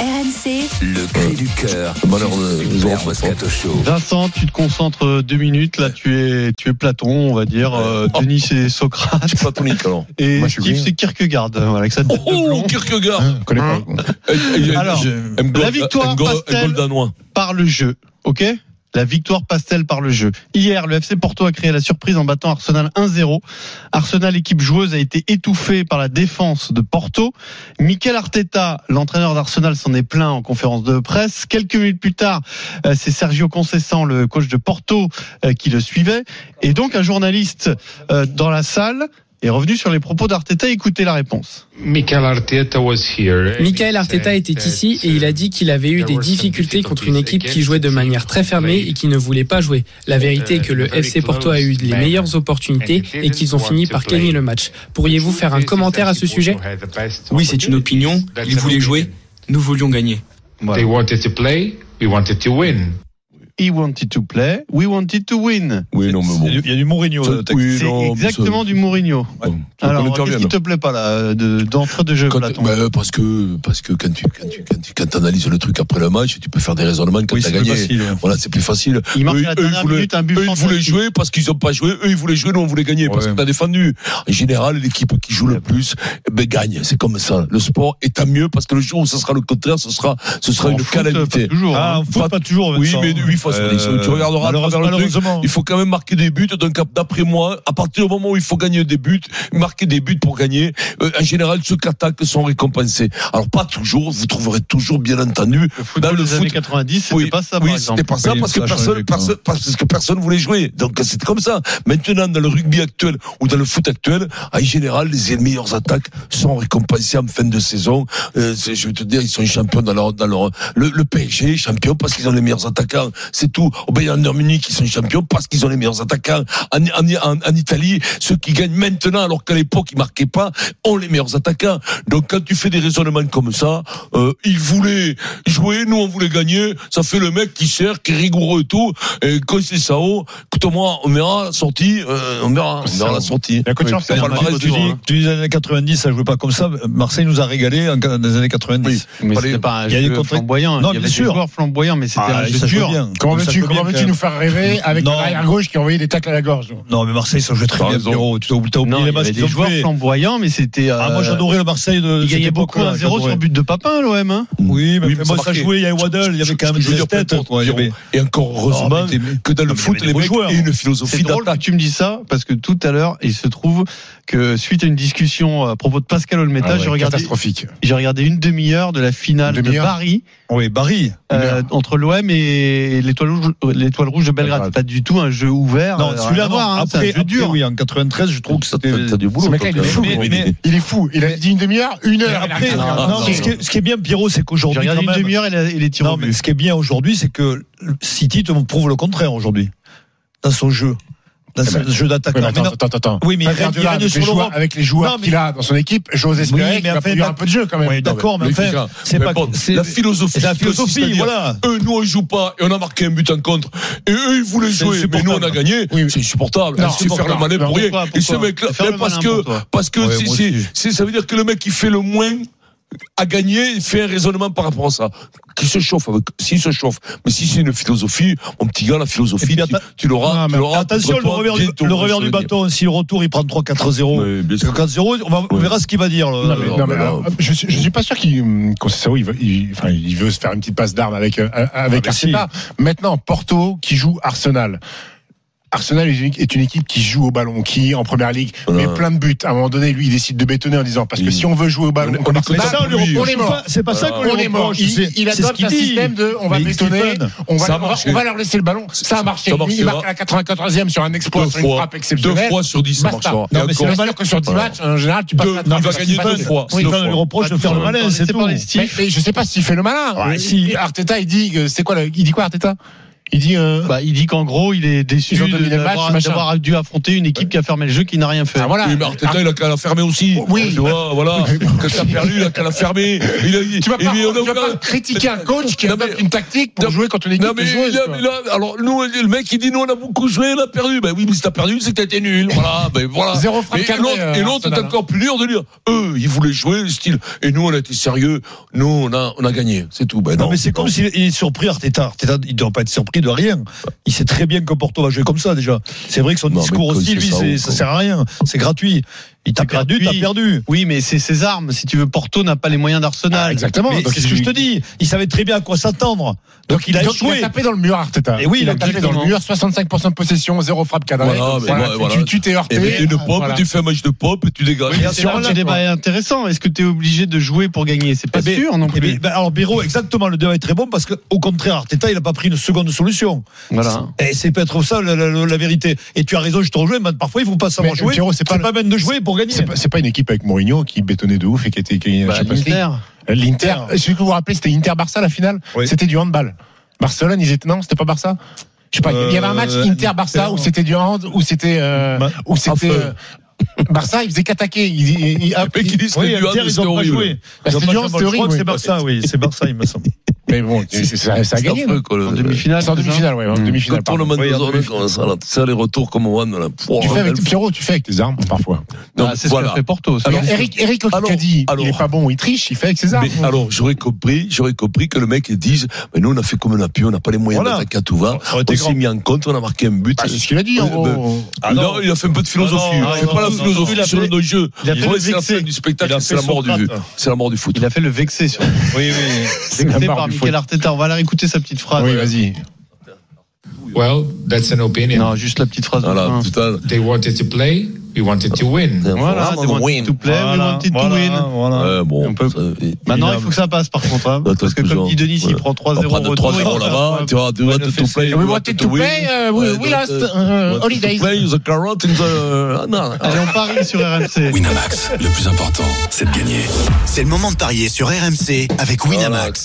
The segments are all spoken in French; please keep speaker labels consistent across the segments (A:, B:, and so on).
A: RMC,
B: le cri du cœur. Bonheur de Super Moscato Show.
C: Vincent, tu te concentres euh, deux minutes. Là, tu es, tu es Platon, on va dire. euh, Denis, c'est Socrate.
D: C'est pas ton Nicolas.
C: Et
D: Moi, je suis
C: Steve,
D: Green.
C: c'est Kierkegaard. Euh, Voilà, avec sa tête de
E: Oh,
C: plomb.
E: Kierkegaard
D: Je connais pas.
C: Alors, la victoire pastel par le jeu. OK la victoire pastel par le jeu. Hier, le FC Porto a créé la surprise en battant Arsenal 1-0. Arsenal, équipe joueuse, a été étouffée par la défense de Porto. Mikel Arteta, l'entraîneur d'Arsenal, s'en est plaint en conférence de presse. Quelques minutes plus tard, euh, c'est Sergio Concessant, le coach de Porto, euh, qui le suivait. Et donc, un journaliste euh, dans la salle est revenu sur les propos d'Arteta. Écoutez la réponse.
F: Michael Arteta
G: Michael Arteta était ici et il a
F: uh,
G: dit qu'il avait eu des difficultés contre une équipe qui jouait de manière très fermée et qui ne voulait pas jouer. La vérité est que le FC Porto a eu les meilleures opportunités et qu'ils ont fini par gagner le match. Pourriez-vous faire un commentaire à ce sujet
H: Oui, c'est une opinion. Ils voulaient jouer. Nous voulions gagner.
F: They wanted to play, we wanted to win.
C: He wanted to play, we wanted to win.
D: Oui, non, mais bon.
E: Il y a du Mourinho.
D: Ça,
E: là, t'as-
D: oui,
C: C'est
D: non,
C: exactement du
D: Bon,
C: Mourinho.
D: tu veux qu'on
C: Alors, qu'est-ce
D: intervienne
C: qui te plaît pas là, de- d'entre deux jeux,
D: Quand-
C: Platon
D: bah, parce que parce que quand tu quand tu quand tu quand t'analyses le truc après le match, tu peux faire des raisonnements quand
E: Oui,
D: t'as
E: c'est plus
D: gagné.
E: facile. ouais.
D: Voilà, c'est plus facile.
C: Il marque
D: Eux,
C: à la
D: eux, ils
C: dernière
D: voulaient-
C: minute un but
D: Eux, ils voulaient
C: fantastique.
D: jouer parce qu'ils n'ont pas joué. Eux, ils voulaient jouer, nous, on voulait gagner. Parce que
E: Ouais.
D: t'as défendu. En général, l'équipe qui joue le plus eh ben, gagne. C'est comme ça. Le sport est tant mieux parce que le jour où ce sera le contraire, ce sera, ce sera
C: En
D: une
C: foot, pas
D: calamité.
C: toujours.
E: Ah,
C: hein.
E: en foot, pas, toujours.
D: Oui,
E: Vincent.
D: mais oui, faut- tu regarderas à
E: malheureusement,
D: travers le truc.
E: malheureusement.
D: Il faut quand même marquer des buts. Donc, d'après moi, à partir du moment où il faut gagner des buts, marquer des buts pour gagner, euh, en général, ceux qui attaquent sont récompensés. Alors, pas toujours. Vous trouverez toujours, bien entendu,
C: Le football
D: dans le
C: des années
D: foot-
C: 90, c'était
D: oui,
C: pas ça,
D: oui,
C: par exemple.
D: c'était pas ça
E: Oui,
D: parce
E: ça
D: que
E: a changé,
D: personne,
E: quoi.
D: personne, parce que personne voulait jouer. Donc c'est comme ça. Maintenant, dans le rugby actuel ou dans le foot actuel, en général, les meilleures attaques sont récompensées en fin de saison. Euh, c'est- je vais te dire, ils sont champions dans leur, dans leur le, le PSG est champion parce qu'ils ont les meilleurs attaquants. C'est tout. Au Bayern de Munich, ils sont champions parce qu'ils ont les meilleurs attaquants. En, en- en- en Italie, ceux qui gagnent maintenant, alors qu'à l'époque ils marquaient pas, ont les meilleurs attaquants. Donc quand tu fais des raisonnements comme ça, euh, ils voulaient jouer, nous on voulait gagner. Ça fait le mec qui sert, qui est rigoureux et tout. Et quand c'est ça, oh, écoute-moi, on verra la sortie. euh, on verra, on verra la sortie.
E: La coach
D: Oui,
E: Marseille,
D: on va le
E: tu,
D: reste
E: dis,
D: toujours, hein.
E: tu dis les années 90, ça jouait pas comme ça. Marseille nous a régalé en- dans les années 90.
D: Oui.
C: Mais
D: Fallait-
C: c'était pas un
E: il y a
C: jeu
E: des contre-
C: flamboyant.
E: Non,
C: il y
E: bien
C: avait
E: sûr.
C: des joueurs flamboyants, mais c'était
E: Ah,
C: un jeu
E: ça joue
C: dur.
E: bien.
I: Comment
E: Ça
I: veux-tu
E: joue bien
I: comment
E: quand
I: veux-tu
E: même.
I: nous faire rêver avec
E: Non.
I: l'arrière gauche qui envoyait des tacles à la gorge nous
E: Non, mais Marseille, ça jouait très
D: T'as
E: bien.
D: raison.
E: Pierrot. Tu as oublié t'as oublié
C: Non,
E: les
C: il y
E: matchs
C: avait
E: qu'ils
C: des
E: ont
C: joueurs
E: joués.
C: flamboyants, mais c'était.
E: Ah,
C: euh,
E: moi, j'adorais le Marseille de.
C: Il gagnait
E: cette
C: beaucoup
E: époque-là,
C: 1-0
E: j'adorais.
C: sur but de Papin, l'OM. Hein
E: Mm. Oui, mais, mais
D: Oui, mais
E: moi,
D: ça
E: ça
D: marquait.
E: joué. Il y avait Waddle, il y avait quand même
D: Je veux
E: des
D: dire, peu
E: têtes.
D: importe,
E: quoi, il y avait-
D: Pierrot. Et encore heureusement
E: Non, mais t'es-
D: que dans
E: Non,
D: le
E: mais
D: foot,
E: il y avait
D: les
E: des
D: mecs
E: bons joueurs.
D: aient une
C: C'est
D: philosophie
C: drôle que
D: d'attaque.
C: tu me dis ça parce que tout à l'heure, il se trouve que suite à une discussion euh, à propos de Pascal
E: Ah
C: Olmeta, j'ai regardé,
I: Catastrophique.
C: j'ai regardé une demi-heure de la finale
I: Une
C: de
I: demi-heure
C: Paris
E: Oui, Barry.
C: euh, entre l'OM et l'étoile rouge, l'étoile rouge de Belgrade.
I: Belgrade.
C: C'est pas du tout un jeu ouvert. euh,
E: Non,
C: rien à
E: celui-là, non.
C: voir, hein, c'est
E: Après,
C: un jeu
E: après,
C: dur.
E: oui, en 93, je trouve que c'était.
D: du boulot.
I: Ce mec-là,
D: toi,
I: il est
D: quand
E: fou,
D: même.
E: mais- mais-
I: Il est fou. Il a dit une demi-heure, une
E: Mais
I: heure. il
E: après,
I: arrive à-
E: non, mais ce qui est- ce qui est bien, Pierrot, c'est
C: J'ai
E: qu'aujourd'hui,
C: regardé
E: quand
C: une
E: même.
C: demi-heure et, la- et les tirs
E: Non,
C: au
E: mais
C: but.
E: ce qui est bien aujourd'hui, c'est que le City te prouve le contraire aujourd'hui. Dans son jeu. Dans
I: Eh
E: son
I: ben,
E: jeu d'attaque.
I: Ouais, mais
E: Non, mais
I: Attends,
E: non.
I: attends, attends.
E: Oui, mais il
I: Pas faire
E: règne,
I: de
E: il
I: là
E: règne
I: avec
E: sur
I: les joueurs-
E: l'Europe.
I: avec les
E: Non,
I: joueurs
E: mais-
I: qu'il a dans son équipe, j'ose
E: Oui,
I: espérer
E: mais
I: qu'il va
E: enfin,
I: produire un
E: d'accord.
I: peu de jeu quand
E: Oui,
I: même.
E: d'accord, mais
D: mais
E: enfin,
D: Fica,
E: c'est
D: peu
E: pas.
D: importe.
E: c'est-
D: La philosophie.
E: c'est la philosophie,
D: c'est-à-dire,
E: voilà.
D: Eux, nous, on joue pas et on a marqué un but en contre. Et eux, ils voulaient
E: C'est
D: jouer, mais nous, on a
E: insupportable.
D: gagné.
I: Oui, oui.
D: C'est insupportable.
I: Non,
D: C'est faire le
I: insupportable.
D: malin pour
I: Non,
D: rien.
C: pourquoi,
D: Et ce
C: pourquoi
D: mec-là,
C: C'est faire
D: mais
C: le
D: parce
C: malin
D: que,
C: pour toi.
D: parce que
E: Ouais,
D: c'est-
E: moi
D: c'est-
E: aussi.
D: c'est- ça veut dire que le mec qui fait le moins à gagner, il fait un raisonnement par rapport à ça. Qui se chauffe avec, s'il se chauffe. Mais si c'est une philosophie, mon petit gars, la
E: Et
D: philosophie,
E: puis,
D: tu,
E: atta-
D: tu l'auras.
E: Ah,
D: tu
E: mais
D: l'auras
E: attention,
D: contre
E: le
D: toi
E: revers, du,
D: bientôt,
E: le
D: ça
E: revers
D: veut
E: du
D: dire.
E: bâton, si le retour il prend 3-4-0,
D: Oui, bien sûr.
E: 4-0, on, va- on
D: Ouais.
E: verra ce qu'il va dire.
I: Non,
E: le-
I: mais-
E: le-
I: non, mais,
D: mais
I: alors,
D: non.
I: je, suis- je suis pas sûr qu'il hum, qu'on sait ça où il veut, il, enfin, il veut se faire
E: bah
I: une petite passe d'armes avec euh, avec
E: Ah, mais
I: Arteta. Maintenant, Porto qui joue Arsenal. Arsenal est une équipe qui joue au ballon, qui en première ligue met plein de buts. À un moment donné, lui, il décide de bétonner en disant parce que si on veut jouer au ballon,
E: on, est mort.
I: C'est pas ça qu'on est mort. Il, adopte un système de on va bétonner, on va, leur laisser le ballon. Ça a marché. il marque à la 94e sur un exploit, sur une frappe exceptionnelle.
D: Deux fois sur 10, ça marchera.
I: Non, mais c'est le malheur que sur 10 matchs, en général, tu passes
D: Il va gagner deux fois.
E: Il reproche de faire le malin, c'est tout.
I: Je sais pas s'il fait le malin. Arteta, il dit euh, c'est quoi Il dit quoi Arteta
C: il dit, euh, bah, il dit qu'en gros, il est déçu d'avoir dû affronter une équipe ouais. qui a fermé le jeu, qui n'a rien fait.
D: Ah, voilà. Oui, mais Arteta, ah. il a qu'à la fermer aussi.
I: Oui.
D: Tu vois, voilà. Quand t'as perdu, il a qu'à la fermer. Il a,
I: tu vas pas, il, tu vas pas critiquer un coach qui adopte une tactique pour non, jouer quand on est non,
D: mais, joueuse, là, mais là, alors, nous, le mec, il dit, nous, on a beaucoup joué, on a perdu. Ben oui, mais si t'as perdu, c'est que t'as été nul. Voilà. Ben voilà.
I: Zéro frappe euh,
E: euh,
D: Et l'autre, est
E: hein.
D: encore plus dur de dire, eux, ils voulaient jouer, style. Et nous, on a été sérieux. Nous, on a, on a gagné. C'est tout. Ben non.
E: mais c'est comme s'il est surpris, Arteta. Arteta, il doit pas être surpris de rien. Il sait très bien que Porto va jouer comme ça déjà. C'est vrai que son non, discours aussi, lui, ça, ça sert à rien. C'est gratuit. Il t'a perdu, t'as perdu.
C: Oui, mais c'est ses armes. Si tu veux, Porto n'a pas les moyens d'Arsenal. Ah,
E: exactement. C'est ce que je te dis. Il savait très bien à quoi s'attendre. Donc, donc, il a donc échoué.
I: Il a tapé dans le mur, Arteta.
E: Et oui, il,
I: il a, tapé dans le mur. 65% de possession, 0 frappe cadavre.
D: Voilà, voilà, voilà.
I: Tu, tu t'es heurté.
D: Et
E: Ah,
D: une pop, Eh ben, tu fais un match de pop et tu dégages.
C: C'est un débat intéressant. Est-ce que tu es obligé de jouer pour gagner C'est pas sûr non
D: eh ben,
C: plus.
E: Eh ben, Alors, Béraud, exactement. Le débat est très bon parce qu'au contraire, Arteta, il n'a pas pris une seconde solution.
C: Voilà.
E: Et c'est peut-être ça la vérité. Et tu as raison, je te rejoins. Parfois, il faut pas savoir jouer. C'est pas même de jouer pour
I: c'est pas, pas, une équipe avec Mourinho qui bétonnait de ouf et qui était. Qui,
C: bah, l'Inter.
I: L'Inter. Je vais vous rappeler, c'était Inter-Barça la finale. Oui. C'était du handball. Barcelone, ils étaient. Non, c'était pas Barça Je sais pas. Euh, il y avait un match Inter-Barça où c'était du hand, où c'était. Euh, bah, où c'était. Euh, Barça, ils faisaient qu'attaquer. Ils, ils, ils,
D: ils, oui,
E: Inter, ils ont pas
C: Bah,
E: joué.
I: C'était du hand,
E: Je crois que c'est Barça, oui. C'est Barça, il me semble.
I: Mais bon, ça, a gagné.
C: en demi-finale.
I: Euh, C'est Hmm. en demi-finale, ouais. En demi-finale.
D: Quand tourne le comme ça, ça, les retours comme on là.
I: Tu fais avec, Pierrot, tu fais avec tes armes, parfois.
C: c'est ce que fait Porto.
I: Eric, Eric, a dit, il est pas bon, il triche, il fait avec ses armes.
D: alors, j'aurais compris, j'aurais compris que le mec, dise, mais nous, on a fait comme on a pu, on n'a pas les moyens d'attaquer à tout
C: Bah,
D: va. On s'est mis en compte, on a marqué un but.
I: Ah,
D: Euh, ben,
I: C'est ce qu'il a dit, en gros.
D: Non, il a fait un peu de philosophie. Il fait pas la philosophie sur le jeu.
E: Il a fait le vexé.
D: du spectacle, c'est la mort du vue. C'est la mort du foot.
C: Il a fait le vexé, sur.
E: Oui, oui.
C: Par Michael Arteta. On va aller écouter sa petite phrase.
I: Oui, vas-y.
F: Well, that's an opinion.
C: Non, juste la petite phrase.
D: Voilà, total.
F: They wanted to play. We wanted to win.
C: Voilà, they wanted win. to play, voilà, we wanted voilà, to win.
D: Voilà. Euh, bon,
C: peut... Maintenant, il faut que ça passe par contre. Hein, parce que comme dit Denis, s'il ouais. prend 3-0
D: au 3-0 là-bas, tu vois, we wanted to play.
I: We wanted to play, we lost euh, holidays.
D: play the carrot in the...
C: Non. Allez, on parie sur RMC.
A: Winamax, le plus important, c'est de gagner.
J: C'est le moment de parier sur RMC avec Winamax.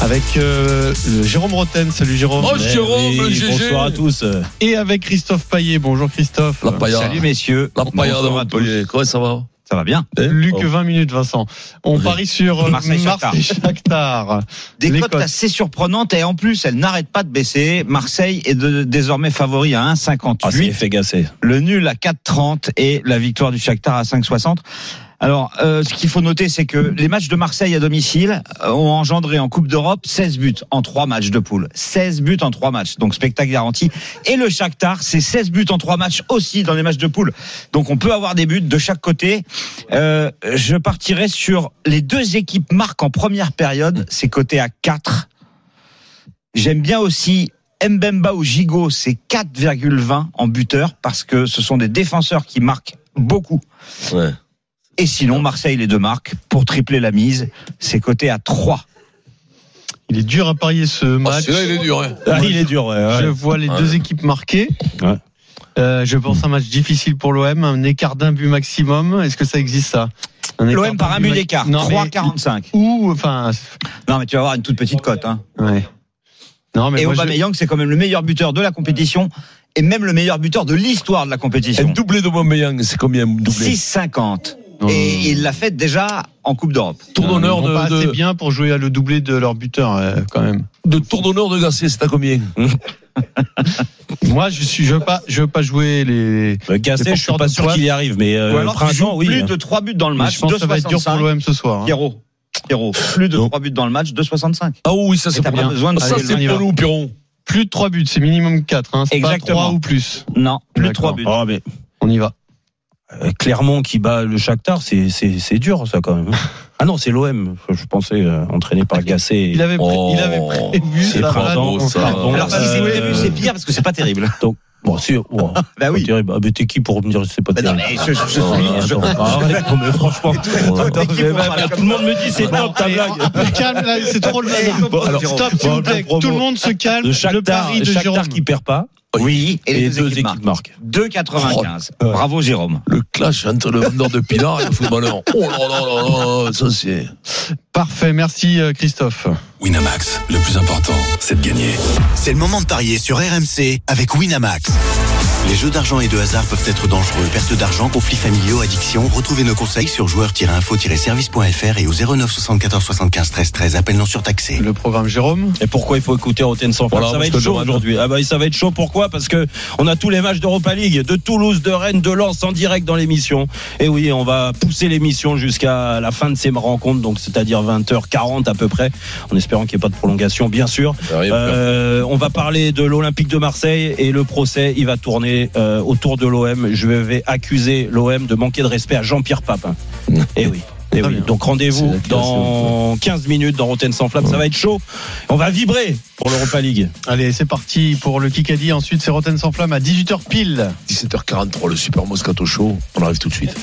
C: Avec euh, Jérôme Roten, salut Jérôme. Eh
D: Oh Jérôme, le GG.
E: Bonsoir à tous.
C: Et avec Christophe Payet, bonjour Christophe.
D: La paillard.
E: Salut messieurs.
D: La paillard de Montpellier, comment ça va
E: ça va bien.
C: Luc, oh. 20 minutes, Vincent. On oui. parie sur Marseille-Shakhtar. Marseille
K: Des cotes, cotes assez surprenantes et en plus, elles n'arrêtent pas de baisser. Marseille est de, désormais favori à 1,58. Ah,
E: fait gasser.
K: Le nul à 4,30 et la victoire du Shakhtar à 5,60. Alors, euh, ce qu'il faut noter, c'est que les matchs de Marseille à domicile euh, ont engendré en Coupe d'Europe 16 buts en 3 matchs de poule. 16 buts en 3 matchs, donc spectacle garanti. Et le Shakhtar, c'est 16 buts en 3 matchs aussi dans les matchs de poule. Donc on peut avoir des buts de chaque côté. Euh, je partirai sur les deux équipes marques en première période, c'est coté à 4. J'aime bien aussi Mbemba ou Gigot, c'est 4,20 en buteur, parce que ce sont des défenseurs qui marquent beaucoup.
D: Ouais.
K: Et sinon, Marseille, les deux marques, pour tripler la mise, c'est coté à 3.
C: Il est dur à parier ce match.
D: Ah, là il est dur. Hein.
E: Ah, il est dur ouais, ouais.
C: Je vois les ouais. deux équipes marquées. Euh, je pense un match difficile pour l'OM, un écart d'un but maximum. Est-ce que ça existe ça
K: L'OM par un but d'écart, 3,45.
C: Ou, enfin.
K: Non, mais tu vas avoir une toute petite cote. Hein.
C: Non, mais
K: Et Aubameyang, je... c'est quand même le meilleur buteur de la compétition et même le meilleur buteur de l'histoire de la compétition.
D: Un doublé d'Aubameyang, c'est combien doublé
K: 6,50. Et il l'a fait déjà en Coupe d'Europe.
C: Tour d'honneur de, pas assez de... bien pour jouer à le doublé de leur buteur euh, quand même.
D: De tour d'honneur de Garcia, c'est à combien
C: Moi, je suis, je veux pas, je veux pas jouer les.
E: Le Gasset, les je suis pas sûr qu'il y arrive, mais euh,
K: Ou alors, printemps, oui. Plus de 3 buts dans le match. Mais je
C: pense que ça va être dur pour l'OM ce soir. Hein.
K: Pierrot. Pierrot. Plus de 3 buts dans le match, 2,65.
D: Ah oui, ça c'est pour, bien. Besoin de ça, c'est pour nous, Pierrot.
C: Plus de 3 buts, c'est minimum 4. Hein. C'est pas 3 ou plus.
K: Non, plus de 3 buts.
D: Ah,
E: Oh, mais...
C: On y va.
E: Clermont qui bat le Shakhtar, c'est dur ça quand même. Ah non, c'est l'OM. Je pensais euh, entraîné par Gassé.
C: Il avait, pré oh, il avait prévu.
E: C'est pardon,
D: Ah, euh,
K: pardon. Alors si c'est prévu, c'est pire parce que c'est pas terrible.
E: Donc
D: Bon, si, ouais.
K: bah oui.
D: Ah, mais t'es qui pour me dire c'est pas
K: bah
D: terrible
K: non, mais je, je, je suis. je-
D: Arrête, non, mais franchement.
K: Attends, t'es qui pour parler
D: bah, Tout le
K: comme ça
D: monde me dit c'est
I: Ah,
K: Bon,
D: non, ta
K: allez,
D: blague.
C: Calme, là, c'est trop le bazar.
D: Bon, alors,
C: Stop, s'il
D: bon,
C: vous plaît.
D: la promo.
C: Tout le monde se calme.
D: Le
C: Le
D: Shakhtar,
C: pari
D: le
C: de Jérôme.
D: Shakhtar qui perd pas.
K: Oui, et les deux équipes marquent.
D: marquent.
K: 2,95.
L: Oh
K: Bravo Jérôme.
D: Le clash entre le vendeur de Pinard et le footballeur. Oh là là là là, ça c'est.
C: Parfait, merci euh, Christophe.
A: Winamax, le plus important, c'est de gagner.
J: C'est le moment de parier sur RMC avec Winamax. Les jeux d'argent et de hasard peuvent être dangereux. Perte d'argent, conflits familiaux, addiction. Retrouvez nos conseils sur joueurs-info-service.fr et au 09 74 75 13 13. Appel non surtaxé.
C: Le programme Jérôme.
L: Et pourquoi il faut écouter Antenne sans flamme
D: Voilà,
L: Ça va
D: moi, je
L: être
D: te le
L: chaud
D: demande.
L: aujourd'hui. Ah bah, ça va être chaud. Pourquoi Parce que on a tous les matchs d'Europa League, de Toulouse, de Rennes, de Lens en direct dans l'émission. Et oui, on va pousser l'émission jusqu'à la fin de ces rencontres, donc c'est-à-dire 20h40 à peu près, en espérant qu'il n'y ait pas de prolongation, bien sûr.
D: Ça arrive,
L: Euh, on va parler de l'Olympique de Marseille et le procès, il va tourner euh, autour de l'OM. Je vais accuser l'OM de manquer de respect à Jean-Pierre Papin. Et oui. Eh oui. Donc rendez-vous
D: C'est la classe,
L: dans 15 minutes dans Rotten sans flamme. Ça va être chaud. On va vibrer pour l'Europa League.
C: Allez, c'est parti pour le Kikadi. Ensuite, c'est Rotten sans flamme à 18h pile.
D: 17h43, le Super Moscato Show. On arrive tout de suite.